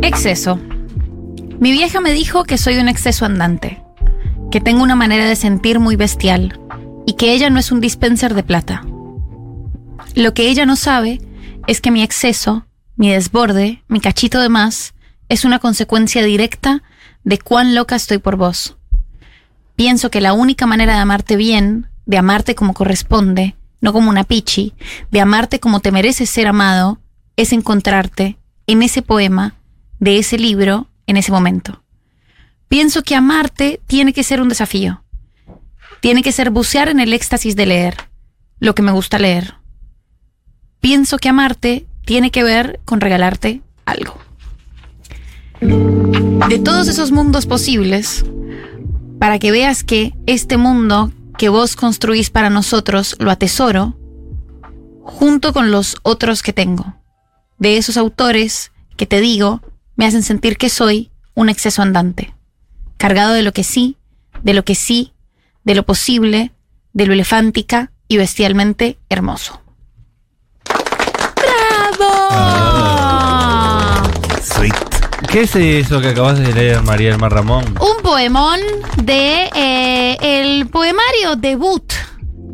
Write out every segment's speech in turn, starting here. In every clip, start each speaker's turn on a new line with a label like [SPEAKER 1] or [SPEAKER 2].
[SPEAKER 1] Exceso. Mi vieja me dijo que soy un exceso andante, que tengo una manera de sentir muy bestial y que ella no es un dispenser de plata. Lo que ella no sabe es que mi exceso, mi desborde, mi cachito de más, es una consecuencia directa de cuán loca estoy por vos. Pienso que la única manera de amarte bien, de amarte como corresponde, no como una pichi, de amarte como te mereces ser amado, es encontrarte en ese poema, de ese libro, en ese momento. Pienso que amarte tiene que ser un desafío. Tiene que ser bucear en el éxtasis de leer, lo que me gusta leer. Pienso que amarte tiene que ver con regalarte algo. De todos esos mundos posibles, para que veas que este mundo que vos construís para nosotros lo atesoro junto con los otros que tengo. De esos autores que te digo me hacen sentir que soy un exceso andante, cargado de lo que sí, de lo que sí, de lo posible, de lo elefántica y bestialmente hermoso. ¡Bravo!
[SPEAKER 2] Sweet.
[SPEAKER 3] ¿Qué es eso que acabas de leer, María Elma Ramón?
[SPEAKER 1] Un poemón de eh, el poemario debut.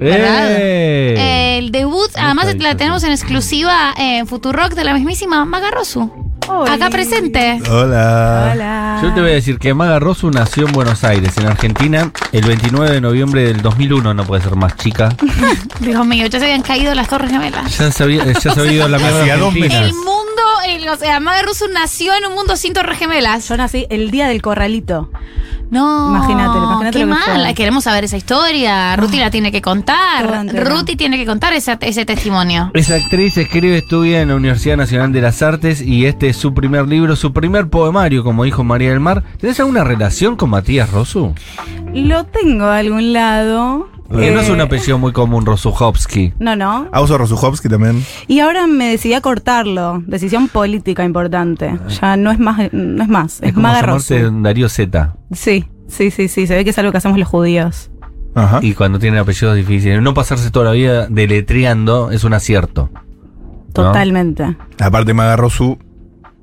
[SPEAKER 1] ¿verdad?
[SPEAKER 3] ¡Eh!
[SPEAKER 1] El debut, además la tenemos en exclusiva en Futurock de la mismísima Magarrosu. Acá presente.
[SPEAKER 2] Hola.
[SPEAKER 4] Hola.
[SPEAKER 3] Yo te voy a decir que Maga Rosu nació en Buenos Aires, en Argentina, el 29 de noviembre del 2001. No puede ser más chica.
[SPEAKER 1] Dios mío, ya se habían caído las torres gemelas.
[SPEAKER 3] Ya se había, ya se había ido a la mierda
[SPEAKER 2] Hacia dos
[SPEAKER 3] Argentina.
[SPEAKER 1] El mundo, el- o sea, Magarrosu nació en un mundo sin torres gemelas.
[SPEAKER 4] Yo nací el día del corralito.
[SPEAKER 1] No.
[SPEAKER 4] Imagínate, imagínate
[SPEAKER 1] Qué
[SPEAKER 4] lo que fue. Ah.
[SPEAKER 1] mal. Queremos saber esa historia. Ruti la tiene que
[SPEAKER 4] Toda
[SPEAKER 1] contar.
[SPEAKER 4] entera.
[SPEAKER 1] Ruti tiene que contar esa- ese testimonio.
[SPEAKER 3] Es actriz, escribe, estudia en la Universidad Nacional de las Artes y este es su primer libro, su primer poemario, como dijo María del Mar. ¿Tenés alguna relación con Matías Rosu?
[SPEAKER 4] Lo tengo a algún lado.
[SPEAKER 3] Que no es Ah.
[SPEAKER 4] Eh,
[SPEAKER 3] un apellido muy común, Rosuhovsky.
[SPEAKER 4] No, no.
[SPEAKER 2] Auso Rosuhovsky Ah, también.
[SPEAKER 4] Y ahora me decidí a cortarlo. Decisión política importante. Ya no es más, no es más. Es,
[SPEAKER 3] Ah. Es como
[SPEAKER 4] Maga
[SPEAKER 3] llamarse
[SPEAKER 4] Rosu.
[SPEAKER 3] Darío Z.
[SPEAKER 4] Sí, sí, sí, sí. Se ve que es algo que hacemos los judíos.
[SPEAKER 2] Ajá.
[SPEAKER 3] Y cuando tienen apellidos difíciles, no pasarse toda la vida deletreando es un acierto.
[SPEAKER 4] Totalmente.
[SPEAKER 2] Aparte Maga Rosu,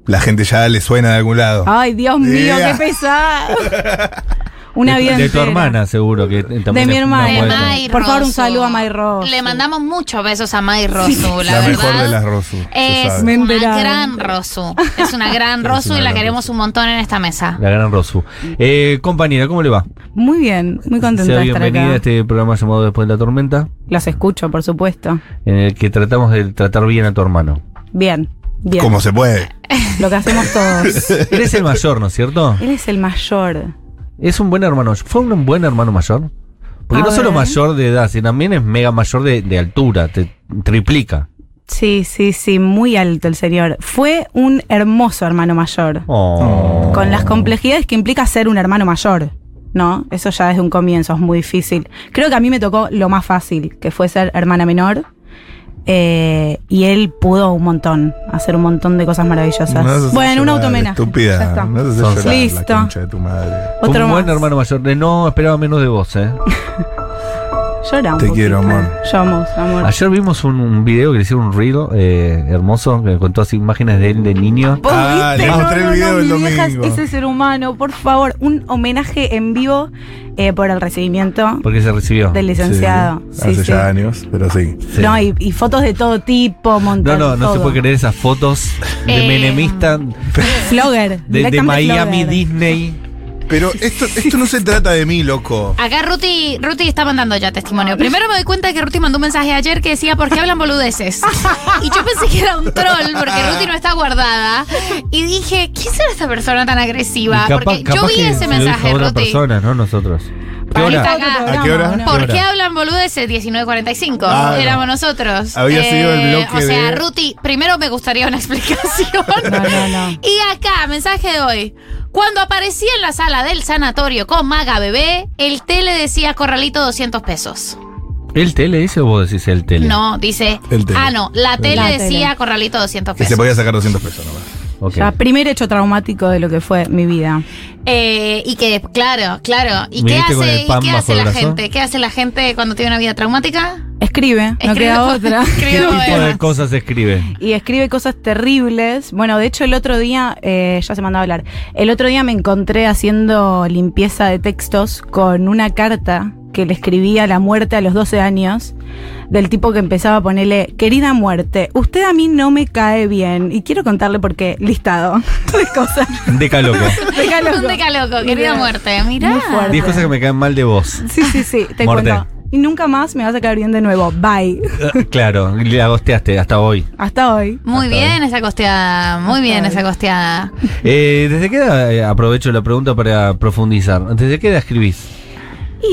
[SPEAKER 2] la gente ya le suena de algún lado.
[SPEAKER 4] Ay, Dios mío,
[SPEAKER 2] Yeah.
[SPEAKER 4] qué pesado. Una
[SPEAKER 3] de,
[SPEAKER 4] vida
[SPEAKER 3] de tu
[SPEAKER 4] entera.
[SPEAKER 3] hermana, seguro que también
[SPEAKER 4] De mi
[SPEAKER 3] es una
[SPEAKER 2] Ah,
[SPEAKER 4] hermana.
[SPEAKER 1] De
[SPEAKER 3] poeta.
[SPEAKER 1] May
[SPEAKER 4] Por favor, un
[SPEAKER 1] Rosu.
[SPEAKER 4] saludo a May Rosu.
[SPEAKER 1] Le mandamos muchos besos a May Rosu, la,
[SPEAKER 2] la
[SPEAKER 1] verdad.
[SPEAKER 2] mejor de las Rosu. se
[SPEAKER 1] Es
[SPEAKER 2] sabe.
[SPEAKER 4] Me
[SPEAKER 1] una
[SPEAKER 4] enteraron.
[SPEAKER 1] gran Rosu. Es una gran
[SPEAKER 2] Es
[SPEAKER 1] Rosu
[SPEAKER 2] una
[SPEAKER 1] y la
[SPEAKER 2] gran
[SPEAKER 1] queremos
[SPEAKER 2] Rosu.
[SPEAKER 1] un montón en esta mesa.
[SPEAKER 3] La gran Rosu. Eh, compañera, ¿cómo le va?
[SPEAKER 4] Muy bien, muy contenta
[SPEAKER 3] Sea
[SPEAKER 4] de estar
[SPEAKER 3] bienvenida a
[SPEAKER 4] acá.
[SPEAKER 3] este programa llamado Después de la Tormenta,
[SPEAKER 4] Los escucho, por supuesto.
[SPEAKER 3] en el que tratamos de tratar bien a tu hermano.
[SPEAKER 4] Bien, bien.
[SPEAKER 2] Como se puede.
[SPEAKER 4] Lo que hacemos todos.
[SPEAKER 3] Él es el mayor, ¿no es cierto?
[SPEAKER 4] Él es el mayor.
[SPEAKER 3] Es un buen hermano. ¿Fue un buen hermano mayor? Porque
[SPEAKER 4] A
[SPEAKER 3] no solo
[SPEAKER 4] ver.
[SPEAKER 3] mayor de edad, sino también es mega mayor de, de altura, te triplica.
[SPEAKER 4] Sí, sí, sí, muy alto el señor. Fue un hermoso hermano mayor.
[SPEAKER 3] Oh.
[SPEAKER 4] Con las complejidades que implica ser un hermano mayor. ¿No? Eso ya desde un comienzo es muy difícil. Creo que a mí me tocó lo más fácil, que fue ser hermana menor. Eh, y él pudo un montón, hacer un montón de cosas maravillosas.
[SPEAKER 2] No vas a hacer
[SPEAKER 4] bueno, un
[SPEAKER 2] llorar,
[SPEAKER 4] automenaje.
[SPEAKER 2] Estúpida.
[SPEAKER 4] Ya está.
[SPEAKER 2] No vas a hacer llorar, la
[SPEAKER 4] Listo.
[SPEAKER 2] concha de tu madre.
[SPEAKER 3] Fue
[SPEAKER 4] Otro
[SPEAKER 3] un buen
[SPEAKER 4] más.
[SPEAKER 3] hermano mayor. Eh, No, esperaba menos de vos, ¿eh?
[SPEAKER 4] Llora un
[SPEAKER 2] Te quiero,
[SPEAKER 4] poquito.
[SPEAKER 2] amor.
[SPEAKER 4] Yo amo, amor.
[SPEAKER 3] Ayer vimos un, un video que le hicieron un reel eh, hermoso, que contó así imágenes de él de niño.
[SPEAKER 4] ¿Vos
[SPEAKER 2] Ah,
[SPEAKER 4] viste?
[SPEAKER 2] le mostré el video el
[SPEAKER 4] mi vieja es
[SPEAKER 2] domingo.
[SPEAKER 4] ese ser humano, por favor, un homenaje en vivo eh, por el recibimiento
[SPEAKER 3] Porque se recibió.
[SPEAKER 4] del licenciado.
[SPEAKER 2] Sí,
[SPEAKER 4] Sí,
[SPEAKER 2] hace
[SPEAKER 4] sí.
[SPEAKER 2] ya años, pero sí.
[SPEAKER 3] Sí.
[SPEAKER 4] No, y, y fotos de todo tipo,
[SPEAKER 3] No,
[SPEAKER 4] montón.
[SPEAKER 3] no, no se
[SPEAKER 4] todo.
[SPEAKER 3] puede creer esas fotos de
[SPEAKER 1] Eh,
[SPEAKER 3] menemista de,
[SPEAKER 4] Flogger.
[SPEAKER 3] de
[SPEAKER 4] directamente
[SPEAKER 3] Miami
[SPEAKER 4] Flogger.
[SPEAKER 3] Disney.
[SPEAKER 2] Pero esto, esto no se trata de mí, loco.
[SPEAKER 1] Acá Ruti, Ruti está mandando ya testimonio. Primero me doy cuenta que Ruti mandó un mensaje ayer que decía ¿Por qué hablan boludeces? Y yo pensé que era un troll porque Ruti no está guardada. Y dije, ¿quién será esta persona tan agresiva?
[SPEAKER 3] Y capaz-
[SPEAKER 1] porque yo
[SPEAKER 3] capaz
[SPEAKER 1] vi
[SPEAKER 3] que
[SPEAKER 1] ese
[SPEAKER 3] se lo dijo
[SPEAKER 1] mensaje,
[SPEAKER 3] a otra
[SPEAKER 1] Ruti.
[SPEAKER 3] persona, no nosotros. ¿Qué
[SPEAKER 1] Ahí está
[SPEAKER 3] hora?
[SPEAKER 1] acá.
[SPEAKER 2] ¿A qué hora?
[SPEAKER 4] ¿A qué
[SPEAKER 1] ¿Por
[SPEAKER 2] hora?
[SPEAKER 1] qué hablan boludeces 1945?
[SPEAKER 2] Ah, no.
[SPEAKER 1] Éramos nosotros. Eh,
[SPEAKER 2] Había sido el bloque
[SPEAKER 1] O sea,
[SPEAKER 2] de-
[SPEAKER 1] Ruti, primero me gustaría una explicación.
[SPEAKER 4] No, no, no.
[SPEAKER 1] Y acá, mensaje de hoy. Cuando aparecía en la sala del sanatorio con Maga Bebé, el tele decía Corralito 200 pesos.
[SPEAKER 3] ¿El tele dice o vos decís el tele?
[SPEAKER 1] No, dice.
[SPEAKER 2] El tele.
[SPEAKER 1] Ah, no, la tele
[SPEAKER 4] La
[SPEAKER 1] decía
[SPEAKER 4] tele.
[SPEAKER 1] Corralito 200
[SPEAKER 2] Que se
[SPEAKER 1] pesos.
[SPEAKER 2] podía sacar 200 pesos nomás.
[SPEAKER 3] Ok.
[SPEAKER 4] Ya, primer hecho traumático de lo que fue mi vida.
[SPEAKER 1] Eh, y que, claro, claro. ¿Y qué
[SPEAKER 3] Viniste con
[SPEAKER 1] hace,
[SPEAKER 3] el pan
[SPEAKER 1] y qué
[SPEAKER 3] bajo
[SPEAKER 1] hace
[SPEAKER 3] el
[SPEAKER 1] la
[SPEAKER 3] brazo.
[SPEAKER 1] gente? ¿Qué hace la gente cuando tiene una vida traumática?
[SPEAKER 4] Escribe, no
[SPEAKER 1] Escribe-
[SPEAKER 4] queda otra.
[SPEAKER 1] escribe
[SPEAKER 3] ¿Qué tipo
[SPEAKER 1] poemas.
[SPEAKER 3] de cosas escribe?
[SPEAKER 4] y escribe cosas terribles. Bueno, de hecho el otro día, eh, ya se mandó a hablar, el otro día me encontré haciendo limpieza de textos con una carta que le escribí a la muerte a los 12 años, del tipo que empezaba a ponerle, querida muerte, usted a mí no me cae bien, y quiero contarle por qué, listado, de cosas.
[SPEAKER 3] Deca loco.
[SPEAKER 4] Deca loco.
[SPEAKER 1] Un decaloco, querida
[SPEAKER 4] Mirá.
[SPEAKER 1] muerte. Mirá.
[SPEAKER 4] Muy fuerte.
[SPEAKER 3] 10 cosas que me caen mal de vos.
[SPEAKER 4] Sí, sí, sí, te
[SPEAKER 3] Muerte.
[SPEAKER 4] cuento. Y nunca más me vas a caer bien de nuevo, bye,
[SPEAKER 3] Eh, Claro, le agosteaste hasta hoy.
[SPEAKER 4] hasta hoy.
[SPEAKER 1] Muy
[SPEAKER 3] Hasta
[SPEAKER 1] bien esa costeada, muy bien
[SPEAKER 4] ahí.
[SPEAKER 1] esa costeada.
[SPEAKER 3] Eh, ¿Desde qué edad, eh, aprovecho la pregunta para profundizar, ¿desde qué edad escribís?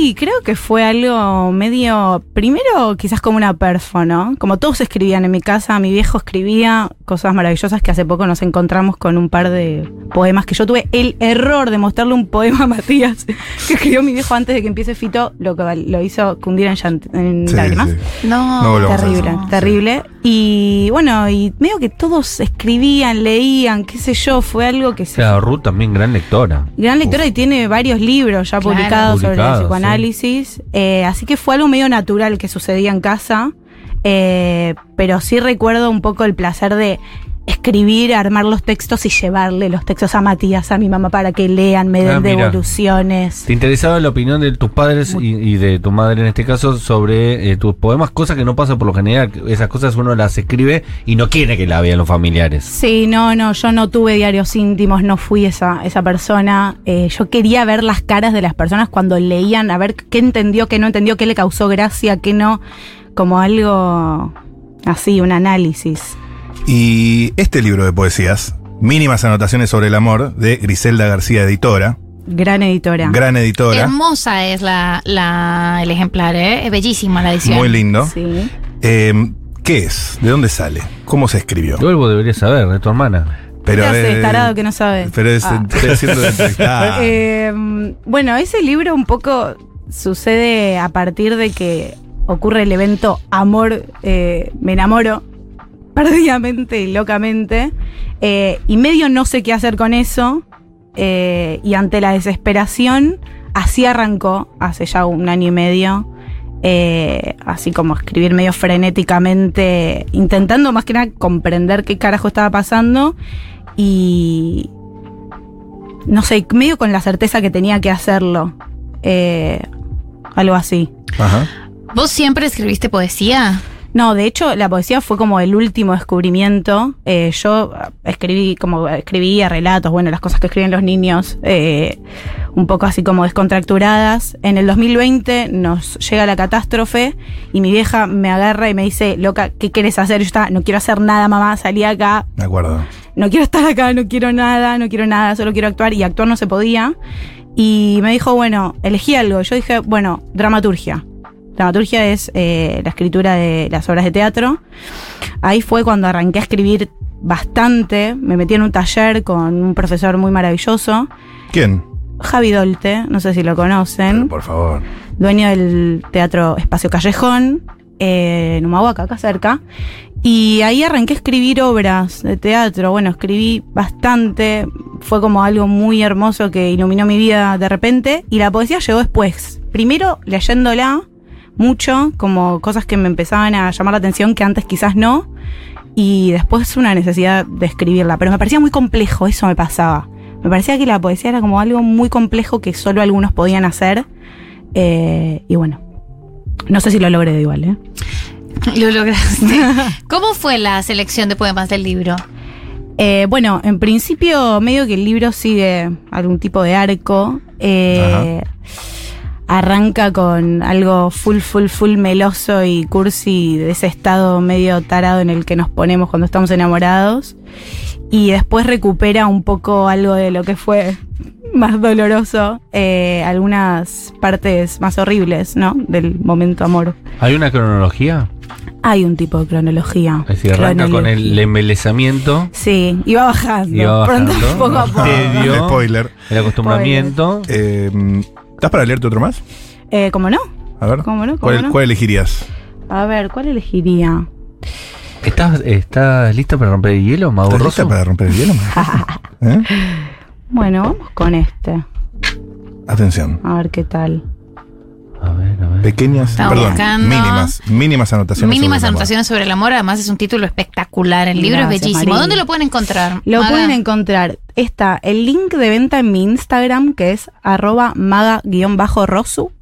[SPEAKER 4] Y creo que fue algo medio, primero quizás como una perfo, ¿no? Como todos escribían en mi casa, mi viejo escribía cosas maravillosas que hace poco nos encontramos con un par de poemas que yo tuve el error de mostrarle un poema a Matías que escribió mi viejo antes de que empiece Fito, lo que lo hizo cundir en, llant- en
[SPEAKER 2] Sí,
[SPEAKER 4] lágrimas.
[SPEAKER 2] sí.
[SPEAKER 1] No,
[SPEAKER 2] No volvamos a
[SPEAKER 4] Terrible,
[SPEAKER 2] eso.
[SPEAKER 4] terrible. Y bueno, y medio que todos escribían, leían, qué sé yo, fue algo que
[SPEAKER 3] O
[SPEAKER 4] se
[SPEAKER 3] sea, Ruth también gran lectora.
[SPEAKER 4] Gran lectora y tiene varios libros ya
[SPEAKER 1] Claro.
[SPEAKER 4] publicados sobre el
[SPEAKER 3] Publicados,
[SPEAKER 4] psicoanálisis. Eh, así que fue algo medio natural que sucedía en casa. Eh, pero sí recuerdo un poco el placer de escribir, armar los textos y llevarle los textos a Matías, a mi mamá, para que lean, me den
[SPEAKER 3] Ah, mira.
[SPEAKER 4] devoluciones.
[SPEAKER 3] ¿Te interesaba la opinión de tus padres y, y de tu madre en este caso sobre eh, tus poemas? Cosa que no pasa por lo general. que Esas cosas uno las escribe y no quiere que la vean los familiares.
[SPEAKER 4] Sí, no, no, yo no tuve diarios íntimos, no fui esa, esa persona. Eh, yo quería ver las caras de las personas cuando leían, a ver qué entendió, qué no entendió, qué le causó gracia, qué no. Como algo así, un análisis.
[SPEAKER 2] Y este libro de poesías, Mínimas Anotaciones sobre el Amor, de Griselda García, editora,
[SPEAKER 4] Gran editora.
[SPEAKER 2] gran editora,
[SPEAKER 1] hermosa es la, la- el ejemplar, ¿eh? es bellísima la edición.
[SPEAKER 2] muy lindo.
[SPEAKER 4] Sí.
[SPEAKER 2] Eh, ¿Qué es? ¿De dónde sale? ¿Cómo se escribió?
[SPEAKER 3] Yo algo deberías saber de tu hermana.
[SPEAKER 2] Pero,
[SPEAKER 4] ¿Qué hace,
[SPEAKER 2] eh,
[SPEAKER 4] tarado que no sabe?
[SPEAKER 2] pero es,
[SPEAKER 4] Ah.
[SPEAKER 2] estoy haciendo de Ah, entrevistada.
[SPEAKER 4] Eh, bueno, ese libro un poco sucede a partir de que ocurre el evento Amor, eh, me enamoro perdidamente y locamente, eh, y medio no sé qué hacer con eso, eh, y ante la desesperación, así arrancó, hace ya un año y medio. eh, así como escribir medio frenéticamente, intentando más que nada comprender qué carajo estaba pasando y, no sé, medio con la certeza que tenía que hacerlo. Eh, algo así.
[SPEAKER 2] Ajá.
[SPEAKER 1] ¿Vos siempre escribiste poesía?
[SPEAKER 4] No, de hecho, la poesía fue como el último descubrimiento. Eh, yo ah, escribí, como escribía relatos, bueno, las cosas que escriben los niños, eh, un poco así como descontracturadas. En el 2020 nos llega la catástrofe y mi vieja me agarra y me dice, loca, ¿qué quieres hacer? Yo estaba, no quiero hacer nada, mamá, salí acá,
[SPEAKER 2] Me acuerdo.
[SPEAKER 4] no quiero estar acá, no quiero nada, no quiero nada, solo quiero actuar y actuar no se podía. Y me dijo, bueno, elegí algo. Yo dije, bueno, dramaturgia. Dramaturgia es eh, la escritura de las obras de teatro. Ahí fue cuando arranqué a escribir bastante. Me metí en un taller con un profesor muy maravilloso,
[SPEAKER 2] ¿Quién?
[SPEAKER 4] Javi Dolte, no sé si lo
[SPEAKER 2] Pero,
[SPEAKER 4] conocen,
[SPEAKER 2] por favor.
[SPEAKER 4] dueño del teatro Espacio Callejón, eh, en Humahuaca, acá cerca. Y ahí arranqué a escribir obras de teatro. Bueno, escribí bastante. Fue como algo muy hermoso que iluminó mi vida de repente. Y la poesía llegó después. Primero leyéndola mucho, como cosas que me empezaban a llamar la atención que antes quizás no. Y después una necesidad de escribirla. Pero me parecía muy complejo, eso me pasaba. Me parecía que la poesía era como algo muy complejo que solo algunos podían hacer. Eh, y bueno, no sé si lo logré de igual, ¿eh?
[SPEAKER 1] Lo lograste. ¿Cómo fue la selección de poemas del libro?
[SPEAKER 4] Eh, bueno, en principio medio que el libro sigue algún tipo de arco. Eh, arranca con algo full, full, full meloso y cursi de ese estado medio tarado en el que nos ponemos cuando estamos enamorados. Y después recupera un poco algo de lo que fue más doloroso, eh, algunas partes más horribles, ¿no? Del momento amor.
[SPEAKER 3] ¿Hay una cronología?
[SPEAKER 4] Hay un tipo de cronología.
[SPEAKER 3] Es decir, arranca con
[SPEAKER 4] Cronología.
[SPEAKER 3] el embelezamiento,
[SPEAKER 4] Sí, iba bajando.
[SPEAKER 3] Iba bajando.
[SPEAKER 4] Pronto, poco a poco.
[SPEAKER 3] Te dio-
[SPEAKER 2] Ah, Spoiler.
[SPEAKER 3] el acostumbramiento.
[SPEAKER 2] Eh, ¿Estás para leerte otro más?
[SPEAKER 4] Eh, ¿Cómo no?
[SPEAKER 2] A ver.
[SPEAKER 4] ¿Cómo no? ¿Cómo
[SPEAKER 2] ¿Cuál,
[SPEAKER 4] no?
[SPEAKER 2] cuál elegirías?
[SPEAKER 4] A ver, ¿cuál elegiría?
[SPEAKER 3] ¿Estás, ¿Estás lista para romper el hielo, Mago
[SPEAKER 2] ¿Estás lista
[SPEAKER 3] Rosso?
[SPEAKER 2] para romper el hielo? ¿Eh?
[SPEAKER 4] Bueno, vamos con este.
[SPEAKER 2] Atención.
[SPEAKER 4] A ver qué tal.
[SPEAKER 3] A ver, a ver.
[SPEAKER 2] Pequeñas,
[SPEAKER 1] Estamos
[SPEAKER 2] perdón,
[SPEAKER 1] buscando.
[SPEAKER 2] mínimas, mínimas anotaciones.
[SPEAKER 1] Mínimas
[SPEAKER 2] sobre el amor.
[SPEAKER 1] anotaciones sobre el amor, además es un título espectacular. El libro es
[SPEAKER 4] Gracias,
[SPEAKER 1] bellísimo.
[SPEAKER 4] María.
[SPEAKER 1] ¿Dónde lo pueden encontrar?
[SPEAKER 4] Lo
[SPEAKER 1] Maga?
[SPEAKER 4] pueden encontrar. Está el link de venta en mi Instagram, que es arroba maga-rosu.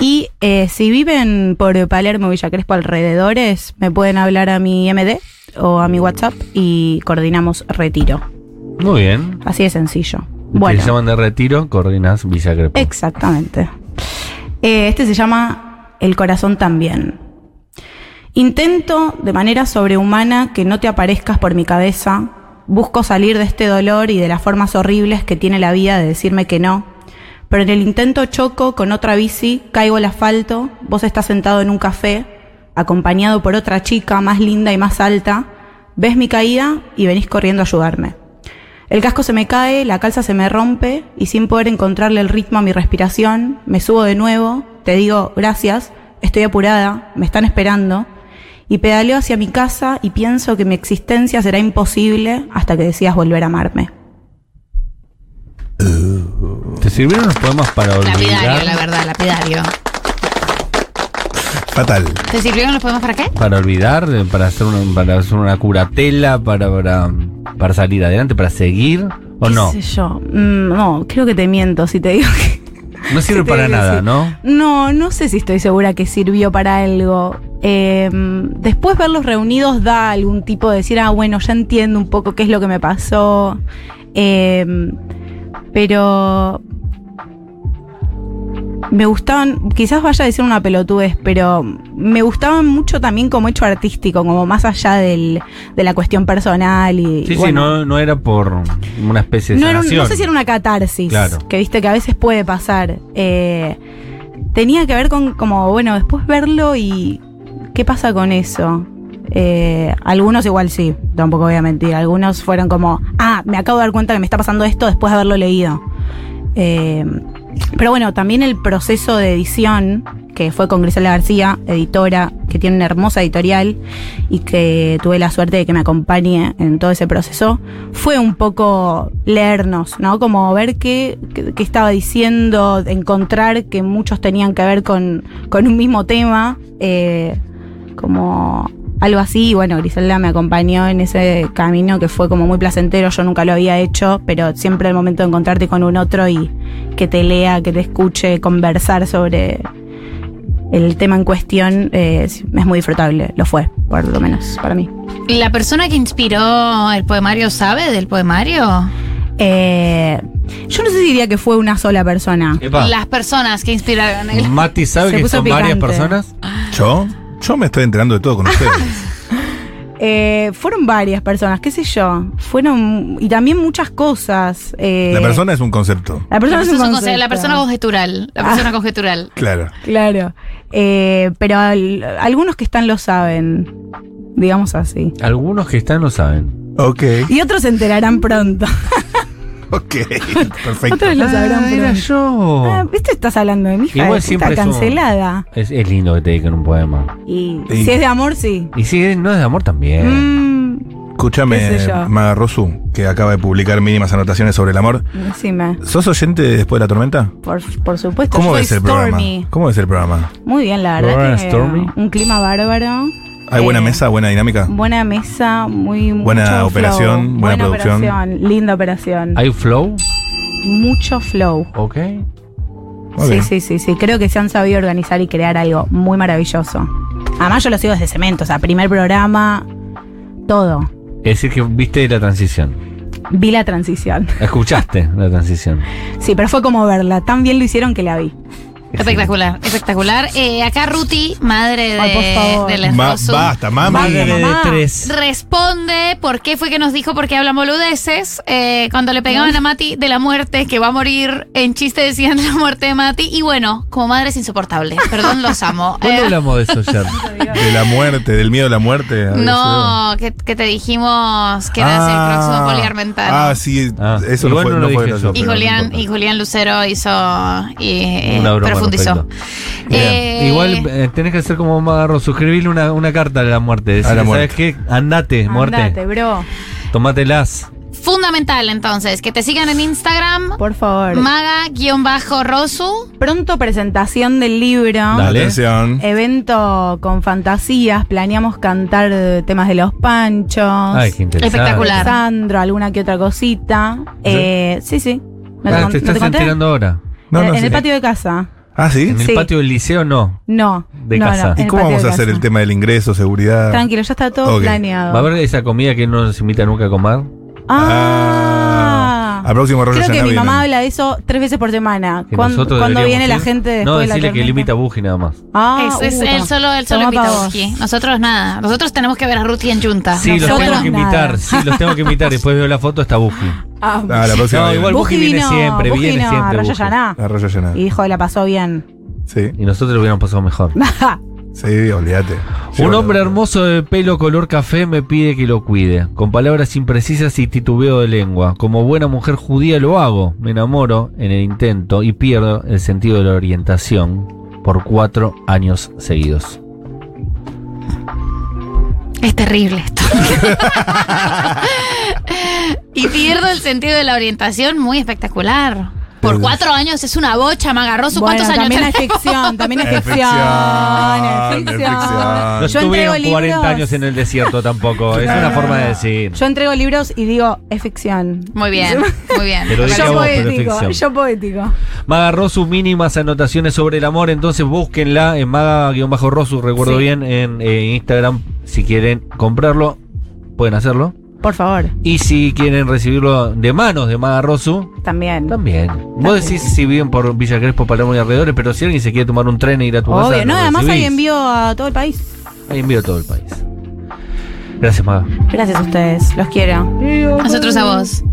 [SPEAKER 4] Y eh, si viven por Palermo, Villa Crespo, alrededores, me pueden hablar a mi MD o a mi WhatsApp y coordinamos retiro.
[SPEAKER 3] Muy bien.
[SPEAKER 4] Así de sencillo.
[SPEAKER 3] Bueno.
[SPEAKER 4] Bueno,
[SPEAKER 3] Se llaman de retiro, coordinas Villa Crespo.
[SPEAKER 4] exactamente. Eh, este se llama El corazón también. Intento de manera sobrehumana que no te aparezcas por mi cabeza. Busco salir de este dolor y de las formas horribles que tiene la vida de decirme que no. Pero en el intento choco con otra bici, caigo al asfalto, vos estás sentado en un café, acompañado por otra chica más linda y más alta, ves mi caída y venís corriendo a ayudarme. El casco se me cae, la calza se me rompe y sin poder encontrarle el ritmo a mi respiración, me subo de nuevo, te digo gracias, estoy apurada, me están esperando y pedaleo hacia mi casa y pienso que mi existencia será imposible hasta que decidas volver a amarme.
[SPEAKER 3] ¿Te sirvieron los poemas para
[SPEAKER 1] Lapidario,
[SPEAKER 3] olvidar?
[SPEAKER 1] la verdad, lapidario.
[SPEAKER 2] Fatal.
[SPEAKER 1] ¿Te sirvieron los poemas para qué?
[SPEAKER 3] Para olvidar, de- para hacer una, para hacer una curatela, para, para, para salir adelante, para seguir, o
[SPEAKER 4] ¿Qué
[SPEAKER 3] no.
[SPEAKER 4] sé yo? Mm, no, creo que te miento si te digo que...
[SPEAKER 3] No sirve
[SPEAKER 4] te
[SPEAKER 3] para
[SPEAKER 4] voy a
[SPEAKER 3] nada,
[SPEAKER 4] decir.
[SPEAKER 3] ¿no?
[SPEAKER 4] No, no sé si estoy segura que sirvió para algo. Eh, después verlos reunidos da algún tipo de decir, ah, bueno, ya entiendo un poco qué es lo que me pasó. Eh, pero me gustaban, quizás vaya a decir una pelotudez, pero me gustaban mucho también como hecho artístico, como más allá del- de la cuestión personal. Y,
[SPEAKER 3] Sí, sí,
[SPEAKER 4] bueno,
[SPEAKER 3] no, no era por una especie de
[SPEAKER 4] no, era un-
[SPEAKER 3] sanación.
[SPEAKER 4] no sé si era una catarsis,
[SPEAKER 3] Claro.
[SPEAKER 4] que viste que a veces puede pasar. Eh, tenía que ver con, como, bueno, después verlo y qué pasa con eso. Eh, algunos igual sí, tampoco voy a mentir. Algunos fueron como, ah, me acabo de dar cuenta que me está pasando esto después de haberlo leído. Eh, pero bueno, también el proceso de edición, que fue con Griselda García, editora, que tiene una hermosa editorial y que tuve la suerte de que me acompañe en todo ese proceso, fue un poco leernos, ¿no? Como ver qué, qué- qué estaba diciendo, encontrar que muchos tenían que ver con, con un mismo tema, eh, como algo así. Y bueno, Griselda me acompañó en ese camino que fue como muy placentero, yo nunca lo había hecho, pero siempre el momento de encontrarte con un otro y que te lea, que te escuche, conversar sobre el tema en cuestión eh, es, es muy disfrutable, lo fue, por lo menos para mí.
[SPEAKER 1] ¿La persona que inspiró el poemario sabe del poemario?
[SPEAKER 4] Eh, yo no sé si diría que fue una sola persona.
[SPEAKER 3] Epa,
[SPEAKER 1] Las personas que inspiraron el...
[SPEAKER 3] Mati sabe
[SPEAKER 4] Se
[SPEAKER 3] que
[SPEAKER 4] puso
[SPEAKER 3] son varias
[SPEAKER 4] picante.
[SPEAKER 3] personas.
[SPEAKER 2] ¿Yo? Yo me estoy enterando de todo con ustedes.
[SPEAKER 4] Eh, fueron varias personas, qué sé yo. Fueron. Y también muchas cosas. eh,
[SPEAKER 2] La persona es un concepto.
[SPEAKER 4] La persona,
[SPEAKER 1] La
[SPEAKER 4] es un
[SPEAKER 1] persona,
[SPEAKER 4] concepto.
[SPEAKER 1] la persona conjetural. La
[SPEAKER 4] Ah.
[SPEAKER 1] persona conjetural.
[SPEAKER 2] Claro.
[SPEAKER 4] Claro. Eh, pero al- algunos que están lo saben. Digamos así.
[SPEAKER 3] Algunos que están no saben.
[SPEAKER 2] Ok.
[SPEAKER 4] Y otros se enterarán pronto.
[SPEAKER 2] Ok. Perfecto.
[SPEAKER 4] Otros lo sabrán
[SPEAKER 3] Ah, era
[SPEAKER 4] pronto.
[SPEAKER 3] yo.
[SPEAKER 4] Ah, ¿Viste? Estás hablando de mi hija.
[SPEAKER 3] Igual
[SPEAKER 4] de puta,
[SPEAKER 3] siempre es un-
[SPEAKER 4] cancelada.
[SPEAKER 3] Es, es lindo que te dediquen un poema.
[SPEAKER 4] Y
[SPEAKER 2] Sí. Eh.
[SPEAKER 4] si es de amor, sí.
[SPEAKER 3] Y si es- no es de amor también.
[SPEAKER 4] Mm,
[SPEAKER 2] Escúchame,
[SPEAKER 4] qué sé yo.
[SPEAKER 2] Maga Rosu, que acaba de publicar mínimas anotaciones sobre el amor.
[SPEAKER 4] encima.
[SPEAKER 2] ¿Sos oyente de después de la tormenta?
[SPEAKER 4] Por, por supuesto.
[SPEAKER 2] ¿Cómo
[SPEAKER 4] Soy
[SPEAKER 2] ves el
[SPEAKER 4] Stormy.
[SPEAKER 2] programa? ¿Cómo ves el programa?
[SPEAKER 4] Muy bien, la
[SPEAKER 3] Laura
[SPEAKER 4] verdad. que
[SPEAKER 3] Stormy.
[SPEAKER 4] Un clima bárbaro.
[SPEAKER 2] ¿Hay buena
[SPEAKER 4] Eh,
[SPEAKER 2] mesa, buena dinámica?
[SPEAKER 4] Buena mesa, muy
[SPEAKER 2] Buena
[SPEAKER 4] mucho
[SPEAKER 2] operación,
[SPEAKER 4] flow.
[SPEAKER 2] buena producción.
[SPEAKER 4] operación, linda operación.
[SPEAKER 3] ¿Hay flow?
[SPEAKER 4] mucho flow.
[SPEAKER 3] Ok.
[SPEAKER 2] Ok.
[SPEAKER 4] Sí, sí, sí, sí. Creo que se han sabido organizar y crear algo muy maravilloso. Además yo lo sigo desde Cemento, o sea, primer programa, todo.
[SPEAKER 3] Es decir, que viste la transición.
[SPEAKER 4] Vi la transición.
[SPEAKER 3] Escuchaste la transición.
[SPEAKER 4] Sí, pero fue como verla. Tan bien lo hicieron que la vi.
[SPEAKER 1] Espectacular, espectacular. Eh, acá Ruti, madre de,
[SPEAKER 4] Ay, por favor.
[SPEAKER 1] de la
[SPEAKER 2] Ma-
[SPEAKER 1] Rosu,
[SPEAKER 2] basta, mami.
[SPEAKER 4] Madre de mamá.
[SPEAKER 3] tres.
[SPEAKER 1] responde por qué fue que nos dijo porque hablan boludeces eh, cuando le pegaban a Mati de la muerte, que va a morir. En chiste decían la muerte de Mati. Y bueno, como madres insoportables. Perdón, los amo.
[SPEAKER 3] ¿Cuándo
[SPEAKER 1] Eh,
[SPEAKER 3] hablamos de eso ayer?
[SPEAKER 2] De la muerte, del miedo a la muerte. a veces.
[SPEAKER 1] Eh, no, que, que te dijimos que eras el próximo poliarmentano.
[SPEAKER 2] Ah, sí,
[SPEAKER 3] Ah,
[SPEAKER 2] eso no
[SPEAKER 3] igual
[SPEAKER 2] fue,
[SPEAKER 3] no
[SPEAKER 2] no
[SPEAKER 3] lo
[SPEAKER 2] fue
[SPEAKER 3] dije
[SPEAKER 2] gracioso,
[SPEAKER 3] yo,
[SPEAKER 1] y
[SPEAKER 2] pero no
[SPEAKER 1] Julián,
[SPEAKER 2] importa.
[SPEAKER 1] y Julián Lucero hizo y eh,
[SPEAKER 3] Una broma al
[SPEAKER 1] profundizó.
[SPEAKER 3] respecto.
[SPEAKER 2] Bien,
[SPEAKER 1] Eh,
[SPEAKER 3] Igual eh, tenés que hacer como Magarro, suscribirle una, una carta a la muerte. Decirle,
[SPEAKER 2] A la muerte.
[SPEAKER 3] ¿sabes qué? Andate, muerte.
[SPEAKER 4] Andate, bro.
[SPEAKER 3] Tomátelas.
[SPEAKER 1] Fundamental, entonces, que te sigan en Instagram,
[SPEAKER 4] Por favor.
[SPEAKER 1] maga-rosu.
[SPEAKER 4] Pronto presentación del libro.
[SPEAKER 3] Dale.
[SPEAKER 2] Atención.
[SPEAKER 4] Eh, Evento con fantasías. Planeamos cantar eh, temas de los panchos.
[SPEAKER 3] Ay, qué interesante.
[SPEAKER 1] Espectacular.
[SPEAKER 4] Sandro, alguna que otra cosita. Eh, sí, sí. ¿Me
[SPEAKER 3] Ah,
[SPEAKER 4] con-
[SPEAKER 3] te
[SPEAKER 4] no
[SPEAKER 3] estás
[SPEAKER 4] conté?
[SPEAKER 3] enterando ahora.
[SPEAKER 2] No, no,
[SPEAKER 4] en
[SPEAKER 2] sí.
[SPEAKER 4] el patio de casa.
[SPEAKER 2] Ah, sí.
[SPEAKER 3] En el
[SPEAKER 4] Sí.
[SPEAKER 3] patio del liceo no.
[SPEAKER 4] No.
[SPEAKER 3] De
[SPEAKER 4] no,
[SPEAKER 3] casa.
[SPEAKER 4] no,
[SPEAKER 3] ¿Y
[SPEAKER 4] en
[SPEAKER 2] ¿Y
[SPEAKER 4] el
[SPEAKER 2] cómo
[SPEAKER 4] patio
[SPEAKER 2] vamos
[SPEAKER 4] de
[SPEAKER 2] a hacer
[SPEAKER 4] casa.
[SPEAKER 2] el tema del ingreso, seguridad?
[SPEAKER 4] Tranquilo, ya está todo
[SPEAKER 2] Ok.
[SPEAKER 4] planeado.
[SPEAKER 3] ¿Va a haber esa comida que no nos invitan nunca a comer?
[SPEAKER 4] Ah.
[SPEAKER 2] Al próximo rollo
[SPEAKER 4] Creo
[SPEAKER 2] ya
[SPEAKER 4] que mi
[SPEAKER 2] no
[SPEAKER 4] mamá
[SPEAKER 2] vienen.
[SPEAKER 4] habla de eso tres veces por semana.
[SPEAKER 3] Que
[SPEAKER 4] Cuando,
[SPEAKER 3] nosotros
[SPEAKER 4] cuando
[SPEAKER 3] deberíamos
[SPEAKER 4] viene la
[SPEAKER 3] ir?
[SPEAKER 4] gente después
[SPEAKER 3] No,
[SPEAKER 4] de la
[SPEAKER 3] decirle que
[SPEAKER 4] tormenta.
[SPEAKER 3] limita Buji nada más.
[SPEAKER 4] Ah,
[SPEAKER 1] Eso es
[SPEAKER 4] uh,
[SPEAKER 1] él solo, él solo
[SPEAKER 4] toma
[SPEAKER 1] invita
[SPEAKER 4] pa'
[SPEAKER 1] a
[SPEAKER 4] vos.
[SPEAKER 1] Buki. Nosotros nada. Nosotros tenemos que ver a Ruth y en Junta.
[SPEAKER 3] Sí, los
[SPEAKER 1] Nosotros
[SPEAKER 3] tengo que
[SPEAKER 1] no.
[SPEAKER 4] nada.
[SPEAKER 3] invitar. Sí, los tengo que invitar. Después veo la foto, está Buji.
[SPEAKER 4] Ah,
[SPEAKER 2] Ah, la próxima.
[SPEAKER 3] No,
[SPEAKER 2] viene.
[SPEAKER 3] igual- Buji
[SPEAKER 4] Buji
[SPEAKER 3] viene
[SPEAKER 4] vino,
[SPEAKER 3] siempre,
[SPEAKER 4] Buji
[SPEAKER 3] viene
[SPEAKER 4] vino a
[SPEAKER 3] siempre Ah.
[SPEAKER 4] Rosh
[SPEAKER 3] Buji.
[SPEAKER 4] Hashanah.
[SPEAKER 2] Arroyo Llena.
[SPEAKER 4] Y dijo, la pasó bien.
[SPEAKER 2] Sí,
[SPEAKER 3] Y nosotros lo hubiéramos pasado mejor.
[SPEAKER 2] sí, olvídate. Sí,
[SPEAKER 3] Un
[SPEAKER 2] bueno.
[SPEAKER 3] hombre hermoso de pelo color café me pide que lo cuide, con palabras imprecisas y titubeo de lengua. Como buena mujer judía lo hago, me enamoro en el intento y pierdo el sentido de la orientación por cuatro años seguidos.
[SPEAKER 1] Es terrible esto. y pierdo el sentido de la orientación, muy espectacular. Por
[SPEAKER 2] Pero-
[SPEAKER 1] cuatro años es una bocha, magarroso.
[SPEAKER 4] Bueno,
[SPEAKER 1] ¿Cuántos años
[SPEAKER 4] también
[SPEAKER 1] tenés?
[SPEAKER 4] es ficción, también es
[SPEAKER 2] Es
[SPEAKER 4] ficción. Es
[SPEAKER 2] ficción, es
[SPEAKER 4] ficción.
[SPEAKER 2] ficción.
[SPEAKER 3] No
[SPEAKER 4] Yo
[SPEAKER 3] estuvieron
[SPEAKER 4] entrego
[SPEAKER 3] 40
[SPEAKER 4] libros.
[SPEAKER 3] años en el desierto tampoco, es una forma de decir.
[SPEAKER 4] Yo entrego libros y digo, es ficción.
[SPEAKER 1] Muy bien, muy bien.
[SPEAKER 3] Te lo dije
[SPEAKER 4] Yo
[SPEAKER 3] a vos, pero es
[SPEAKER 4] poético,
[SPEAKER 3] ficción.
[SPEAKER 4] yo poético.
[SPEAKER 3] Maga Rosu, mínimas anotaciones sobre el amor, entonces búsquenla en maga-rosu, recuerdo
[SPEAKER 4] Sí.
[SPEAKER 3] bien, en eh, Instagram, si quieren comprarlo, pueden hacerlo.
[SPEAKER 4] Por favor,
[SPEAKER 3] Y si quieren recibirlo de manos de Maga Rosu,
[SPEAKER 4] también.
[SPEAKER 3] también. Vos decís si viven por Villa Crespo, Palermo y alrededores, pero si alguien se quiere tomar un tren e ir a tu casa.
[SPEAKER 4] Obvio,
[SPEAKER 3] lo
[SPEAKER 4] no, además hay
[SPEAKER 3] recibís.
[SPEAKER 4] envío a todo el país.
[SPEAKER 3] Hay envío a todo el país. Gracias, Maga.
[SPEAKER 4] Gracias a ustedes, los quiero.
[SPEAKER 1] Nosotros a vos.